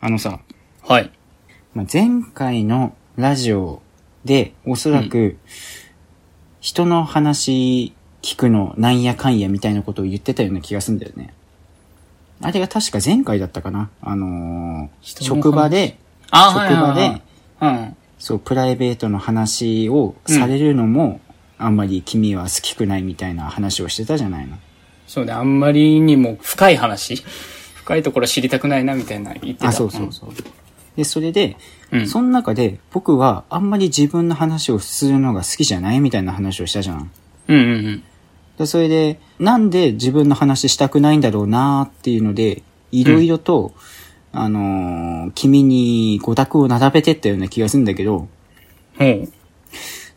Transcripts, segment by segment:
あのさ、はい。まあ、前回のラジオでおそらく、人の話聞くのなんやかんやみたいなことを言ってたような気がするんだよね。あれが確か前回だったかな。あのー、人の話職場で、あ職はい場はいはでい、うん。そう、プライベートの話をされるのも、あんまり君は好きくないみたいな話をしてたじゃないの。そうね、あんまりにも深い話。深いところ知りたくないな、みたいな言ってた。あ、そうそうそう。で、それで、うんその中で僕はあんまり自分の話をするのが好きじゃないみたいな話をしたじゃん。うん。うんうんうん。でそれで、なんで自分の話したくないんだろうなーっていうので、いろいろと、あのー君に語卓を並べてったような気がするんだけど、ほう。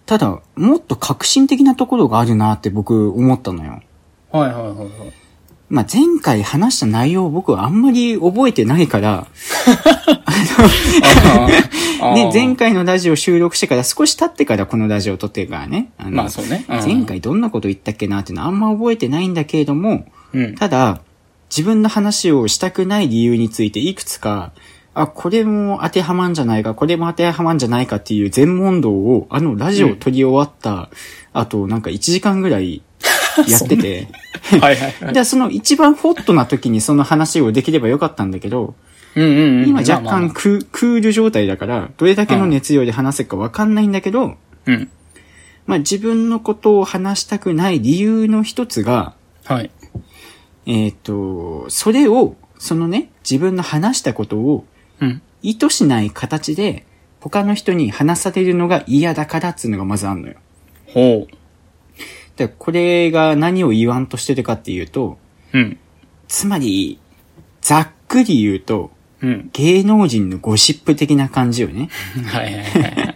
ただ、もっと革新的なところがあるなーって僕思ったのよ。はいはいはいはい。まあ、前回話した内容を僕はあんまり覚えてないから、 あーね、前回のラジオ収録してから少し経ってからこのラジオを撮ってるからね。あのまあそうねうん前回どんなこと言ったっけなっていうのはあんま覚えてないんだけれども、うん。ただ、自分の話をしたくない理由についていくつか、あ、これも当てはまんじゃないか、これも当てはまんじゃないかっていう全問答を、あのラジオを撮り終わった、あとなんか1時間ぐら いやってて、はいはいはい。で、その一番ホットな時にその話をできればよかったんだけど、うんうんうん。今若まあまあ干まあク,、クール状態だから、どれだけの熱量で話せるかわかんないんだけど、うん。まあ自分のことを話したくない理由の一つが、はい。えっ、と、それを、そのね、自分の話したことをうん。意図しない形で、他の人に話されるのが嫌だからっていうのがまずあるのよ。ほだからこれが何を言わんとしてるかっていうと、う。うん。つまり、ざっくり言うと、うん。芸能人のゴシップ的な感じよね。はいはいはい。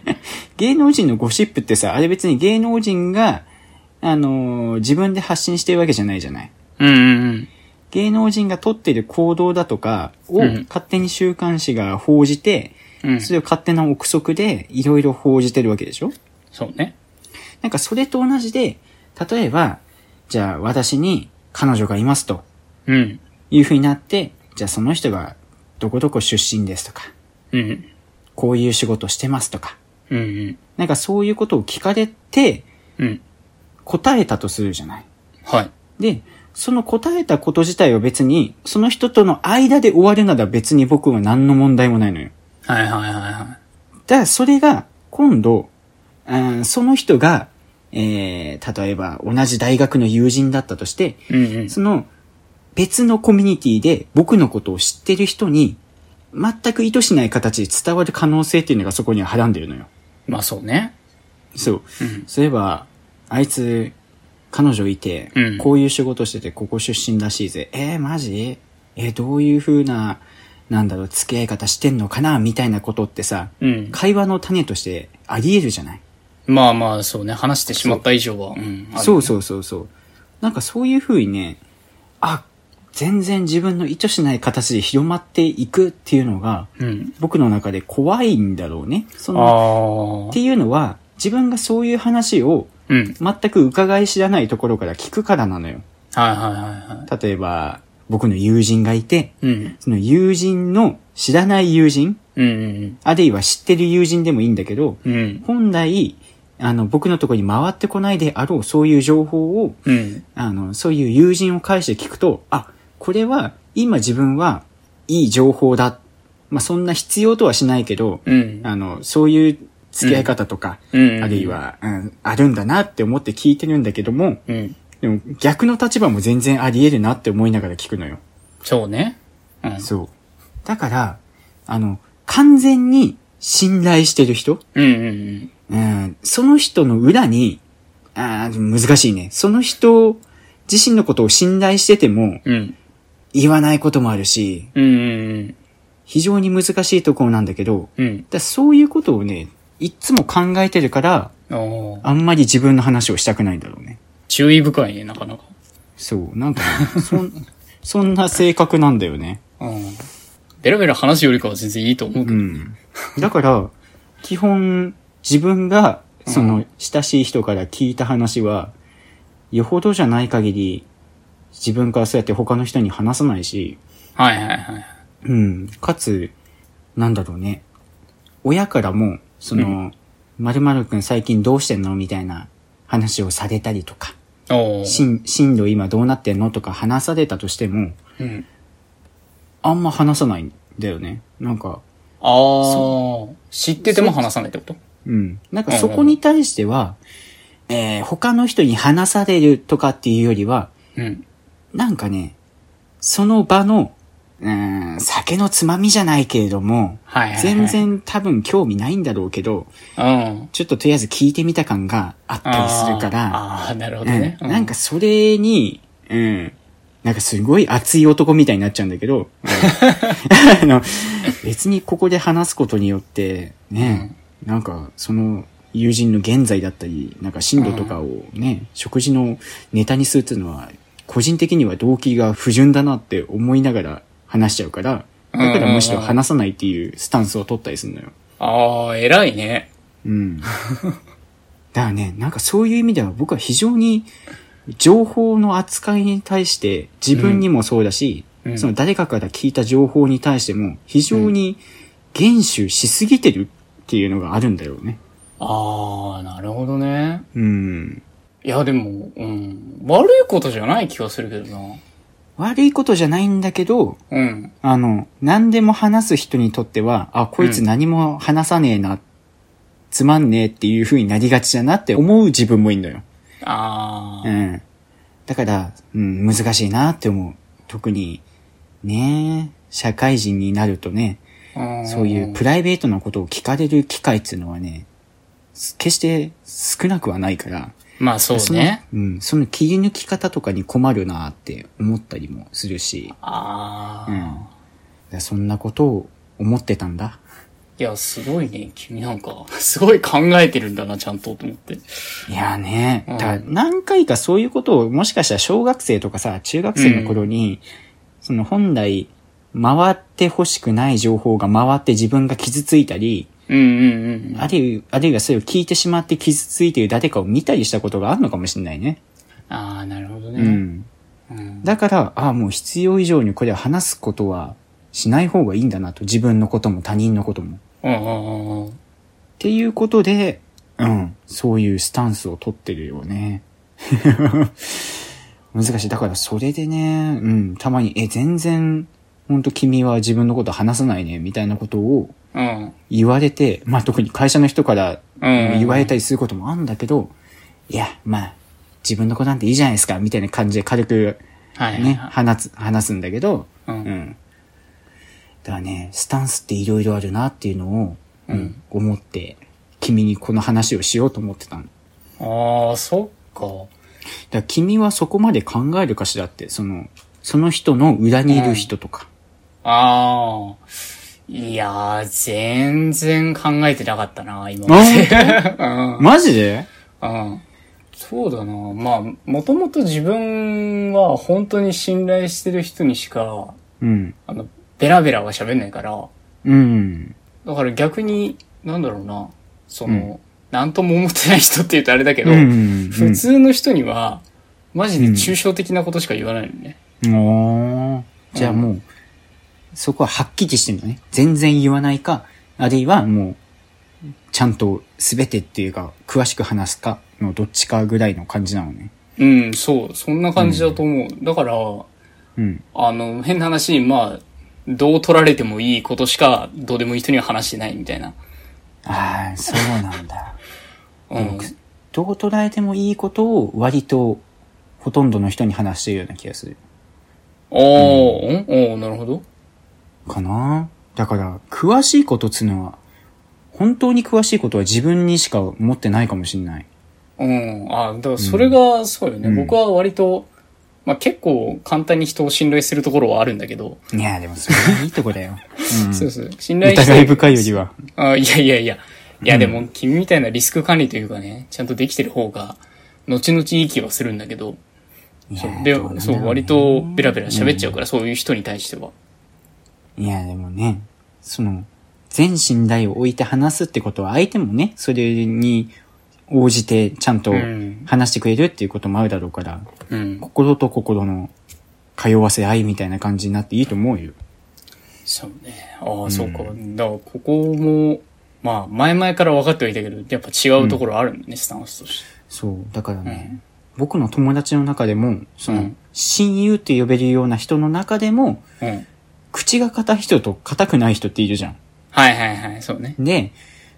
芸能人のゴシップってさ、あれ別に芸能人が、あのー自分で発信してるわけじゃないじゃない。うんうんうん。芸能人が取ってる行動だとかをうん勝手に週刊誌が報じて、うんそれを勝手な憶測でいろいろ報じてるわけでしょそうね。なんかそれと同じで、例えば、じゃあ私に彼女がいますとうん。いう風になって、じゃあその人がどこどこ出身ですとか、うん。こういう仕事してますとか、うんうん。なんかそういうことを聞かれてうん。答えたとするじゃない。はい。で、その答えたこと自体は別に、その人との間で終わるなら別に僕は何の問題もないのよ。はいはいはいはだからそれが、今度、うんその人が、えー、例えば同じ大学の友人だったとして、い。うんうん。その別のコミュニティで僕のことを知ってる人に、全く意図しない形で伝わる可能性っていうのがそこにははらんでるのよ。まあそうね。そう。うん。そういえば、あいつ、彼女いて、うんこういう仕事してて、ここ出身らしいぜ。えー、マジえーどういう風な、なんだろう、付き合い方してんのかなみたいなことってさ、うん。会話の種としてあり得るじゃないまあまあ、そうね。話してしまった以上は。うん。あるそうそうそうそう。なんかそういう風にね、あ、全然自分の意図しない形で広まっていくっていうのが、うん。僕の中で怖いんだろうね。その、あっあ。ていうのは、自分がそういう話をうん。全く伺い知らないところから聞くからなのよ。はいはいはいは例えば、僕の友人がいて、い。うん。その友人の知らない友人、うんあるいは知ってる友人でもいいんだけど、うんうん。うん。本来、あの、僕のところに回ってこないであろうそういう情報を、うん。あの、そういう友人を介して聞くと、あ、これは、今自分はいい情報だ。まあ、そんな必要とはしないけど、うん。あの、そういう付き合い方とか、うんあるいは、うん、あるんだなって思って聞いてるんだけども、うん。でも逆の立場も全然あり得るなって思いながら聞くのよ。そうね。うん。そう。だから、あの、完全に信頼してる人、うんうんうん、その人の裏に、あー難しいね。その人自身のことを信頼しててもうん。うん。言わないこともあるし、うんうん非常に難しいところなんだけど、うん。うん。だそういうことをね、いっつも考えてるから、おーあんまり自分の話をしたくないんだろうね。注意深いね、なかなか。そう、なんかね、そん、そんな性格なんだよね。うん。ベラベラ話すよりかは全然いいと思うけうど。ん。だから、基本、自分が、その、親しい人から聞いた話は、よほどじゃない限り、自分からそうやって他の人に話さないし、はいはいはい。うん。かつ、なんだろうね。親からも、その、〇〇くん最近どうしてんのみたいな話をされたりとか、おー進進路今どうなってんのとか話されたとしても、うん。あんま話さないんだよね。なんか、ああ、知ってても話さないってことうん。なんかそこに対しては、えー、他の人に話されるとかっていうよりは、うん。なんかね、その場の、うーん、酒のつまみじゃないけれども、はいはいはい全然多分興味ないんだろうけど、うん。ちょっととりあえず聞いてみた感があったりするから、あーあー、なるほうどね。ん、なんかそれに、うん、なんかすごい熱い男みたいになっちゃうんだけど、あ の、別にここで話すことによって、ね、なんかその友人の現在だったり、なんか進路とかをね、食事のネタにするっていうのは、個人的には動機が不純だなって思いながら話しちゃうから、だからむしろ話さないっていうスタンスを取ったりするのよ。ああ、偉いね。うん。だからね、なんかそういう意味では僕は非常に情報の扱いに対して自分にもそうだし、うんその誰かから聞いた情報に対しても非常に厳守しすぎてるっていうのがあるんだよね。ああ、なるほどね。うん。いや、でも、うん。悪いことじゃない気がするけどな。悪いことじゃないんだけど、うん。あの、何でも話す人にとっては、あ、こいつ何も話さねえな、つまんねえっていう風になりがちだなって思う自分もいいんだよ。ああ、うん。だから、うん、難しいなって思う。特に、ね社会人になるとね、んそういうプライベートなことを聞かれる機会っていうのはね、す決して少なくはないから、まあそうね。その、うん、その切り抜き方とかに困るなって思ったりもするし、ああ、うん。だいからそんなことを思ってたんだ。や、すごいね。君なんか、すごい考えてるんだな、ちゃんと、と思って。いやーね、うんだから何回かそういうことをもしかしたら小学生とかさ、中学生の頃に、その本来回って欲しくない情報が回って自分が傷ついたり、うんうんうん。あるいは、あるいはそれを聞いてしまって傷ついている誰かを見たりしたことがあるのかもしれないね。ああ、なるほどうね。ん。うん。だから、ああ、もう必要以上にこれは話すことはしない方がいいんだなと。自分のことも他人のことも。うんうんうん。っていうことで、うん、そういうスタンスを取ってるよね。 難しい。だからそれでね、うん、たまに、え、全然、ほんと君は自分のこと話さないね、みたいなことをうん。言われて、まあ特に会社の人からうん言われたりすることもあるんだけど、いや、まあ、自分のことなんていいじゃないですか、みたいな感じで軽くはいはいね、はい。話す、話すんだけど、う。うんん。だからね、スタンスっていろいろあるなっていうのを、うん、思って、君にこの話をしようと思ってたの。だかああ、そっか。ら君はそこまで考えるかしらって、その、その人の裏にいる人とか。ああ。いやー、全然考えてなかったな、今あまで。 マジでうん。そうだな。まあ、もともと自分は本当に信頼してる人にしか、うん。あの、ベラベラは喋んないから、うん。だから逆に、なんだろうな、その、なんとも思ってない人って言うとあれだけど、うん。普通の人には、マジで抽象的なことしか言わないのね。うん。おーじゃあもう、そこははっきりしてるのね。全然言わないか、あるいはもう、ちゃんと全てっていうか、詳しく話すかのどっちかぐらいの感じなのね。うん、そう、そんな感じだと思う。だから、うん。あの、変な話、まあ、どう取られてもいいことしか、どうでもいい人には話してないみたいな。ああ、そうなんだ。うん。どう捉えてもいいことを割とほとんどの人に話しているような気がする。おー、うん、おー、なるほど。かなだから、詳しいことっつうのは、本当に詳しいことは自分にしか持ってないかもしれない。うん。あ、だからそれが、そうよね。うん僕は割と、まあ結構簡単に人を信頼するところはあるんだけど、いやーでもそれはいいとこだ よ。そうそう。信うん、頼し疑いて、深いよりは。あいやいやいや。いやでも、君みたいなリスク管理というかね、ちゃんとできてる方が、後々いい気はするんだけど、いやそうーでどなんだろ、ねそう、割とベラベラ喋っちゃうから、そういう人に対しては。いやーでもね、その、全信頼を置いて話すってことは相手もね、それに応じてちゃんとうん話してくれるっていうこともあるだろうから、うん。心と心の通わせ合いみたいな感じになっていいと思うよ。そうね。ああ、そうか。だから、ここも、まあ、前々から分かってはいたけど、やっぱ違うところあるんだね、スタンスとして。そう。だからね、うん僕の友達の中でも、その、うん親友って呼べるような人の中でも、うん。口が硬い人と硬くない人っているじゃん。はいはいはい、そうね。で、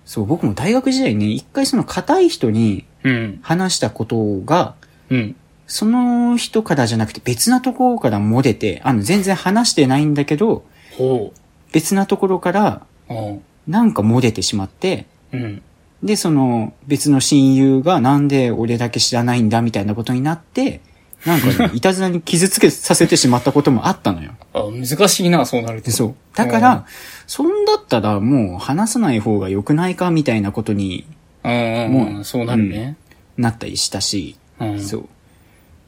そう、僕も大学時代に一回その硬い人にうん。話したことが、うん。その人からじゃなくて別なところから漏れて、あの、全然話してないんだけど、ほ別なところからう。おうなんか漏れてしまって、うん。で、その別の親友がなんで俺だけ知らないんだみたいなことになって、なんか、ね、 いたずらに傷つけさせてしまったこともあったのよ。あ難しいな、そうなると。でそう。だから、そんだったらもう話さない方が良くないかみたいなことにうんうん、うもん、うそうなるね。なったりしたし、うん。そう。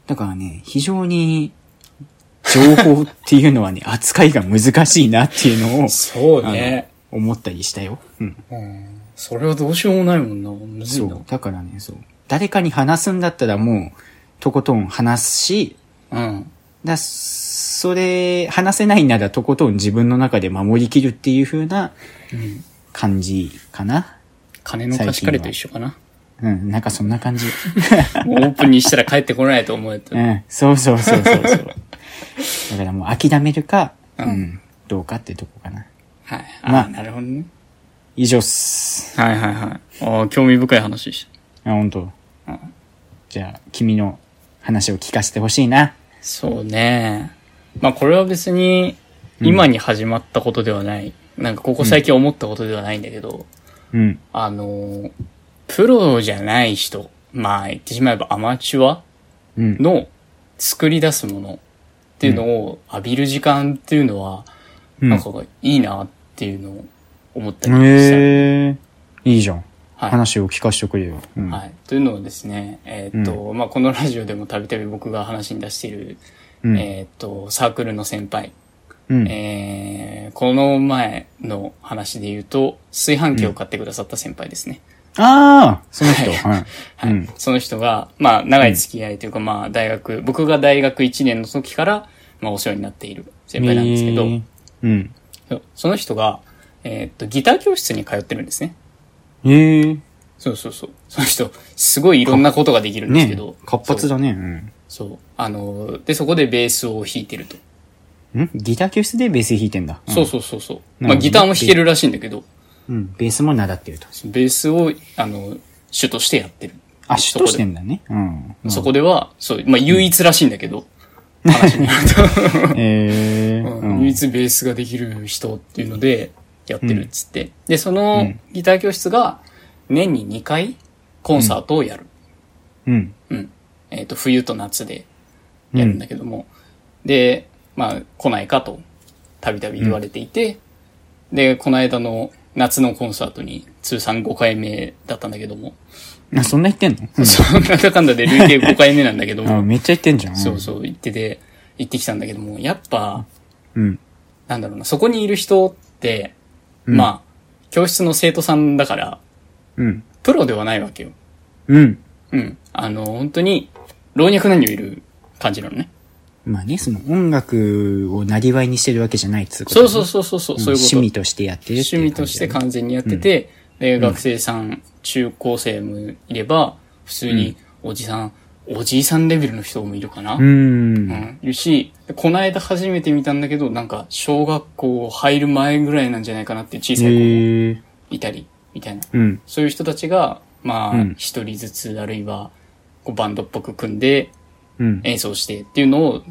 だからね、非常に情報っていうのはね、扱いが難しいなっていうのを そうね。思ったりしたよ。うん。うん。それはどうしようもないもんな。むずそいなう。。だからね、そう。誰かに話すんだったらもう、とことん話すし、うん。だそれ、話せないならとことん自分の中で守りきるっていう風なうん。感じかな。金の貸し借りと一緒かな。うん、なんかそんな 感じ。もうオープンにしたら帰ってこないと思えたう。ん、そうそうそうそうそう。だからもう諦めるか、うん、どうかってとこかな。 はい。まあああ、なるほどね。以上っす。はいはいはい。ああ、興味深い話でしあ、本当。じゃあ、君の話を聞かせてほしいな。た。そうね。まあこれは別に、今に始まったことではない。なんかここ最近思ったことではないんだけど、うん、あの、プロじゃない人、まあ言ってしまえばアマチュアうん、の作り出すものっていうのを浴びる時間っていうのは、うん。なんかいいなっていうのを思ったりした。へえー、いいじゃん。はい。話を聞かせてくれよ。うん。はい。というのをですね、えーっと、まあ、このラジオでもたびたび僕が話に出している、うんえーっと、サークルの先輩。うん。えー、この前の話で言うと、炊飯器を買ってくださった先輩ですね。ああその人。はい。はい。うんその人が、まあ、長い付き合いというか、まあ、大学、僕が大学1年の時から、まあ、お世話になっている先輩なんですけど、えーうん。そうその人が、えーっと、ギター教室に通ってるんですね。ええそうそうそう。その人、すごいいろんなことができるんですけねど。活発だね。うん。そう。そう。あの、で、そこでベースを弾いてると。んギター教室でベース弾いてんだ。んそうそうそうそう。うんまあ、ギターも弾けるらしいんだけど、うん。ベースも習ってると。ベースを、あの、主としてやってる。あ、主としてんだね。うん。そこでは、そう、まあ、唯一らしいんだけど、話になるええと、うん唯一ベースができる人っていうので、やってるっつって。で、そのギター教室が、年に2回、コンサートをやる。うん。うん。えっ、と、冬と夏でやるんだけども。で、まあ、来ないかと、たびたび言われていて、で、この間の夏のコンサートに通算5回目だったんだけども、 あ、そんな言ってんのうんそんな中んだで累計5回目なんだけどあ、も、めっちゃ言ってんじゃん。そうそう、行ってて、行ってきたんだけども、やっぱ、うん。なんだろうな、そこにいる人って、うんまあ、教室の生徒さんだから、うん。プロではないわけよ。うん。うん。あの、本当に、老若男女いる感じなのね。まあね、その音楽をなりわいにしてるわけじゃないっつうことそね、うそうそうそう、そううんそういうこと。趣味としてやってるって趣いう味感とじしだてね完全にやってて、で、学生さん、中高生もいれば、普通におじさん、おじいさんレベルの人もいるかな、う。うんん、いるし、この間初めて見たんだけど、なんか、小学校入る前ぐらいなんじゃないかなっていう小さい子もへえ。いたり、みたいな。うん。そういう人たちが、まうあん、一人ずつ、あるいは、こうバンドっぽく組んでうん。演奏してっていうのを、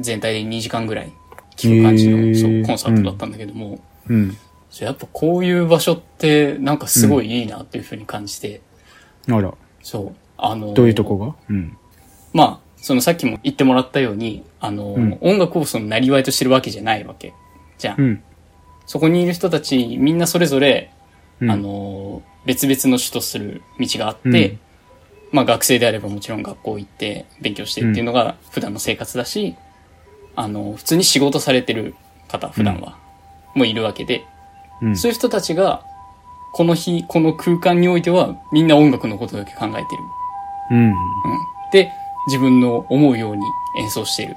全体で2時間ぐらい聞く感じへの、ーそう、コンサートだったんだけども、うん。そうやっぱこういう場所って、なんかすごいいいなっていうふうに感じて、あら、そう。あの、どういうとこがうん。まあ、そのさっきも言ってもらったように、あの、ん音楽をそのなりわいとしてるわけじゃないわけ。じゃん。うん。そこにいる人たち、みんなそれぞれ、うんあの、別々の主とする道があって、うんまあ学生であればもちろん学校行って勉強してっていうのが普段の生活だし、あの、普通に仕事されてる方、普段は、もいるわけで、うん。そういう人たちが、この日、この空間においては、みんな音楽のことだけ考えてる。うん。うん。で、自分の思うように演奏している。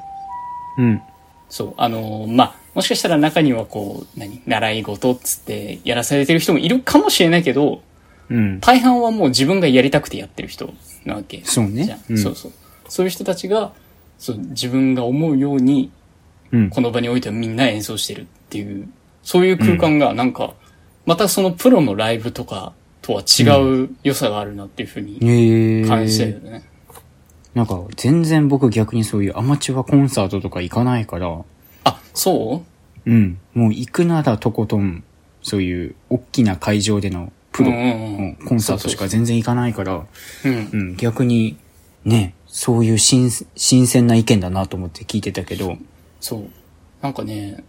うん。そう。あのーまあ、もしかしたら中にはこう、何、習い事っつってやらされてる人もいるかもしれないけど、うん。大半はもう自分がやりたくてやってる人なわけ。そうねじゃんうんそうそう。そういう人たちが、そう、自分が思うように、うん。この場においてはみんな演奏してるっていう、そういう空間がなんか、またそのプロのライブとかとは違う良さがあるなっていうふうにへえ。感じたよね。なんか、全然僕逆にそういうアマチュアコンサートとか行かないから、あ、そううん。もう行くならとことん、そういう大きな会場でのプロうんうんうんのコンサートしか全然行かないから、うん。うん。逆に、ね、そういう新、新鮮な意見だなと思って聞いてたけど、そう。なんかね、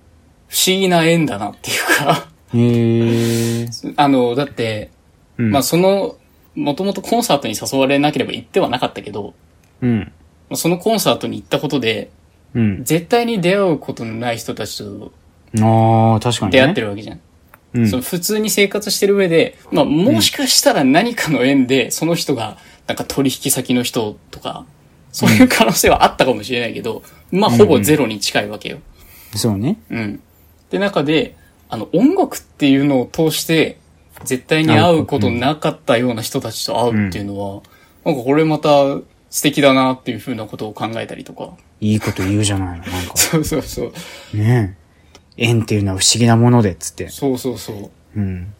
不思議な縁だなっていうか、 へえ。あの、だって、うんまあその、もともとコンサートに誘われなければ行ってはなかったけど、うん。まあそのコンサートに行ったことで、うん。絶対に出会うことのない人たちとああ、確かに、ね。出会ってる。るわけじゃん。うん。その普通に生活してる上で、まあもしかしたら何かの縁で、その人が、なんか取引先の人とか、そういう可能性はあったかもしれないけど、まあほぼゼロに近いわけよ。そうね。うん。で、中で、あの、音楽っていうのを通して、絶対に会うことなかったような人たちと会うっていうのは、なんかこれまた素敵だなっていうふうなことを考えたりとか。いいこと言うじゃないの、なんか。そうそうそう。ねえ。縁っていうのは不思議なもので、つって。そうそうそうう。ん。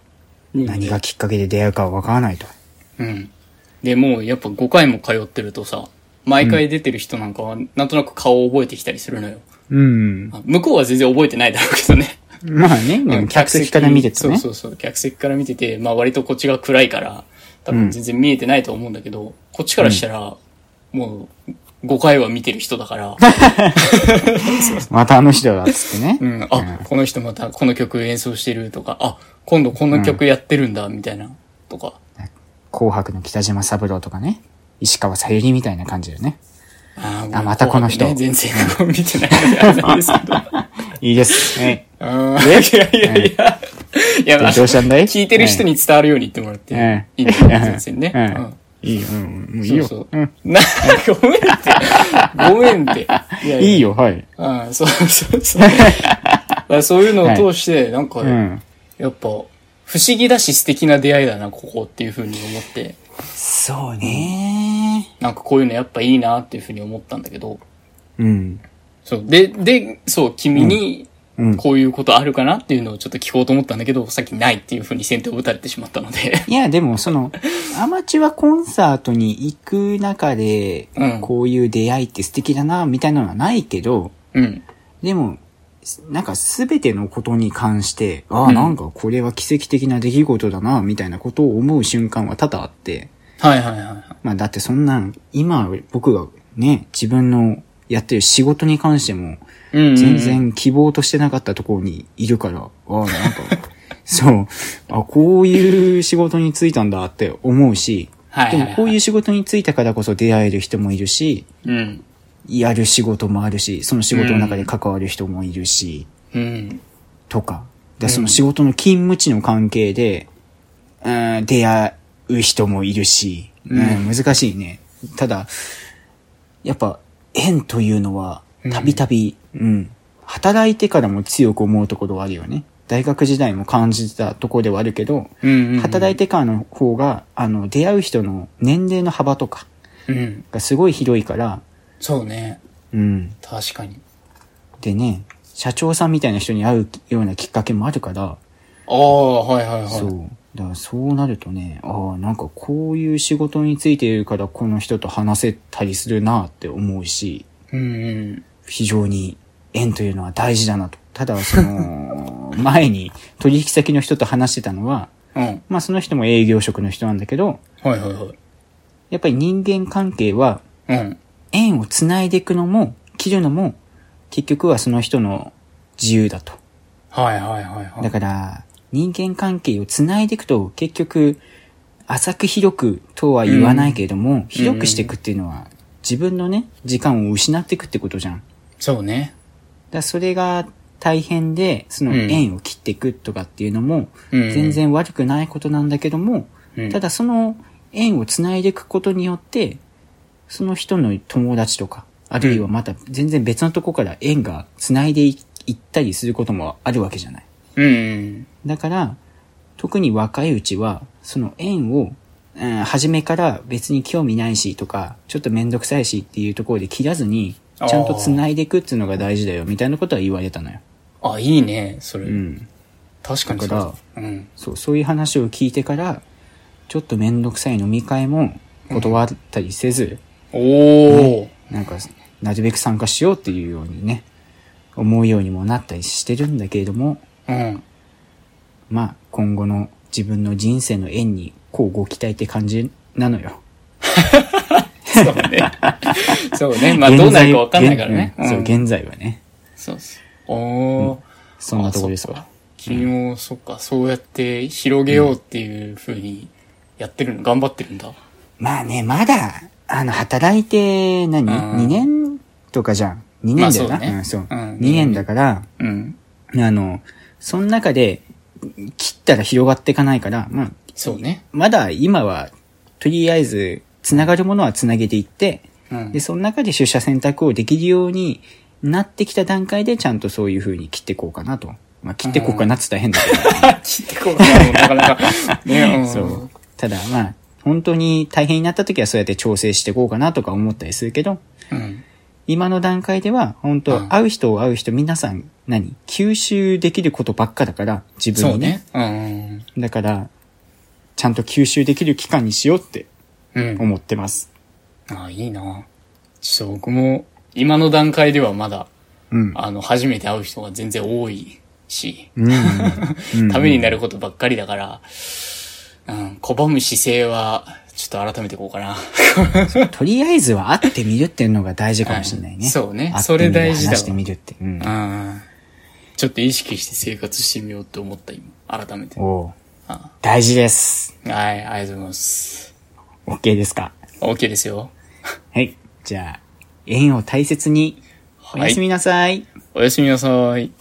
うん何がきっかけで出会うかはわからないと。うん。で、もうやっぱ5回も通ってるとさ、毎回出てる人なんかはなんとなく顔を覚えてきたりするのよ。うん。あ向こうは全然覚えてないだろうけどね。まあね、でも客席から見てたね。そうそうそう。客席から見てて、まあ割とこっちが暗いから、多分全然見えてないと思うんだけど、こっちからしたら、もう5回は見てる人だ から、またあの人だっつってね。うん、あ、この人またこの曲演奏してるとか、あ、今度この曲やってるんだ、みたいな、とか。紅白の北島三郎とかね。石川さゆりみたいな感じだよね。ああまたこの人ね、全然こう見てないのであれなんですけ ど。いいです。はい。ああ、いやいやいや。いや、どうしたんだい聞いてる人に。に伝わるように言ってもらってええいいんだよね、全然ね。ええうんいいよ、うん、もういいそうよ。そううん。な、ごめんって。ごめ んって。いやいいよ。よ、はい。ああそうそうそう。だからそういうのを通して、なんか、うん。やっぱ、不思議だし素敵な出会いだな、ここっていうふうに思って、そうねなんかこういうのやっぱいいなっていうふうに思ったんだけど、うん。そう。で、で、そう、君にうんうん、こういうことあるかなっていうのをちょっと聞こうと思ったんだけど、さっきないっていうふうに先手を打たれてしまった ので。いや、でも、その、アマチュアコンサートに行く中で、うんこういう出会いって素敵だな、みたいなのはないけど、うん。でも、すなんかすべてのことに関して、あうあ、んなんかこれは奇跡的な出来事だな、みたいなことを思う瞬間は多々あって、はいはいはいはい。まあだってそんなん、今僕がね、自分のやってる仕事に関しても、うんうんうん全然希望としてなかったところにいるから、ああ、なんか、 そう、あこういう仕事に就いたんだって思うし、はいはいではいもこういう仕事に就いたからこそ出会える人もいるし、うん。やる仕事もあるし、その仕事の中で関わる人もいるし、うん。とか。で、その仕事の勤務地の関係で、うん、出会う人もいるし、うん、難しいね。ただ、やっぱ、縁というのは、たびたび、うん、働いてからも強く思うところはあるよね。大学時代も感じたところではあるけど、うん。働いてからの方が、あの、出会う人の年齢の幅とかいて。うん。がすごい広いから、そうね。うん。確かに。でね、社長さんみたいな人に会うようなきっかけもあるから、ああ、はいはいはい。そう。だからそうなるとね、ああ、なんかこういう仕事についているからこの人と話せたりするなって思うし、うんうん。非常に縁というのは大事だなと。ただ、そ の、前に取引先の人と話してたのは、うん。まあその人も営業職の人なんだけど、はいはいはい。やっぱり人間関係はうん。縁をつないでいくのも切るのも結局はその人の自由だと。はいはいはいはい。だから、人間関係をつないでいくと、結局、浅く広くとは言わないけれども、広くしていくっていうのは、自分のね、時間を失っていくってことじゃん。だかそうね。らそれが大変で、そのうん縁を切っていくとかっていうのも、うん全然悪くないことなんだけども、うんただその縁をつないでいくことによって、その人の友達とか、あるいはまた全然別のとこから縁がつないでい行ったりすることもあるわけじゃない。うん。だから、特に若いうちは、その縁を、うん、初めから別に興味ないしとか、ちょっとめんどくさいしっていうところで切らずに、ちゃんと繋いでいくっていうのが大事だよ、みたいなことは言われたのよ。あ、いいね、それ。うん。確かにそうだだか。うん。そう、そういう話を聞いてから、ちょっとめんどくさい飲み会も断ったりせず、おー。なんか、なるべく参加しようっていうようにね、思うようにもなったりしてるんだけれども、うん。まあ、今後の自分の人生の縁に、こうご期待って感じなのよ。そうね。そうね。まあ、どうなるかわかんないからね。現在うん現うんそう、現在はね。そうそう。おー。そんなところですわ。君も、そっか、そうやって広げようっていう風にやってるの、頑張ってるんだ。まあね、まだ、あの、働いて何、う ?2 ん年とかじゃん。2年だよな。まあそうねん、そう。うん2年だから、うん。あの、その中で、切ったら広がっていかないから、まあ、そうね。まだ今は、とりあえず、つながるものはつなげていって、うん で、。その中で出社選択をできるようになってきた段階で、ちゃんとそういう風に切っていこうかなと。まあ、切っていこうかなって言ったら変だけど。切ってこないもんなかなか。ね、うん。そう。ただまあ、本当に大変になった時はそうやって調整していこうかなとか思ったりするけど、うん。今の段階では、本う当ん会う人を会う人皆さん、何吸収できることばっかだから、自分そうにね。ね。うん。だから、ちゃんと吸収できる期間にしようってうん。思って ます。ああ、いいな。ちょっと僕も、今の段階ではまだ、うん。あの、初めて会う人が全然多いし、うん。 うんためになることばっかりだから、うん、拒む姿勢は、ちょっと改めていこうかな。とりあえずは会ってみるっていうのが大事かもしれないね。はいそう会ってねみるそれ大事だわ話してみるって。うんう。ん。ちょっと意識して生活してみようって思った今、改めて。はおうあ大事です。い、ありがとうございます。 OK ですか OK ですよ。はい。じゃあ、縁を大切に。おやすみなさいおやすみなさい。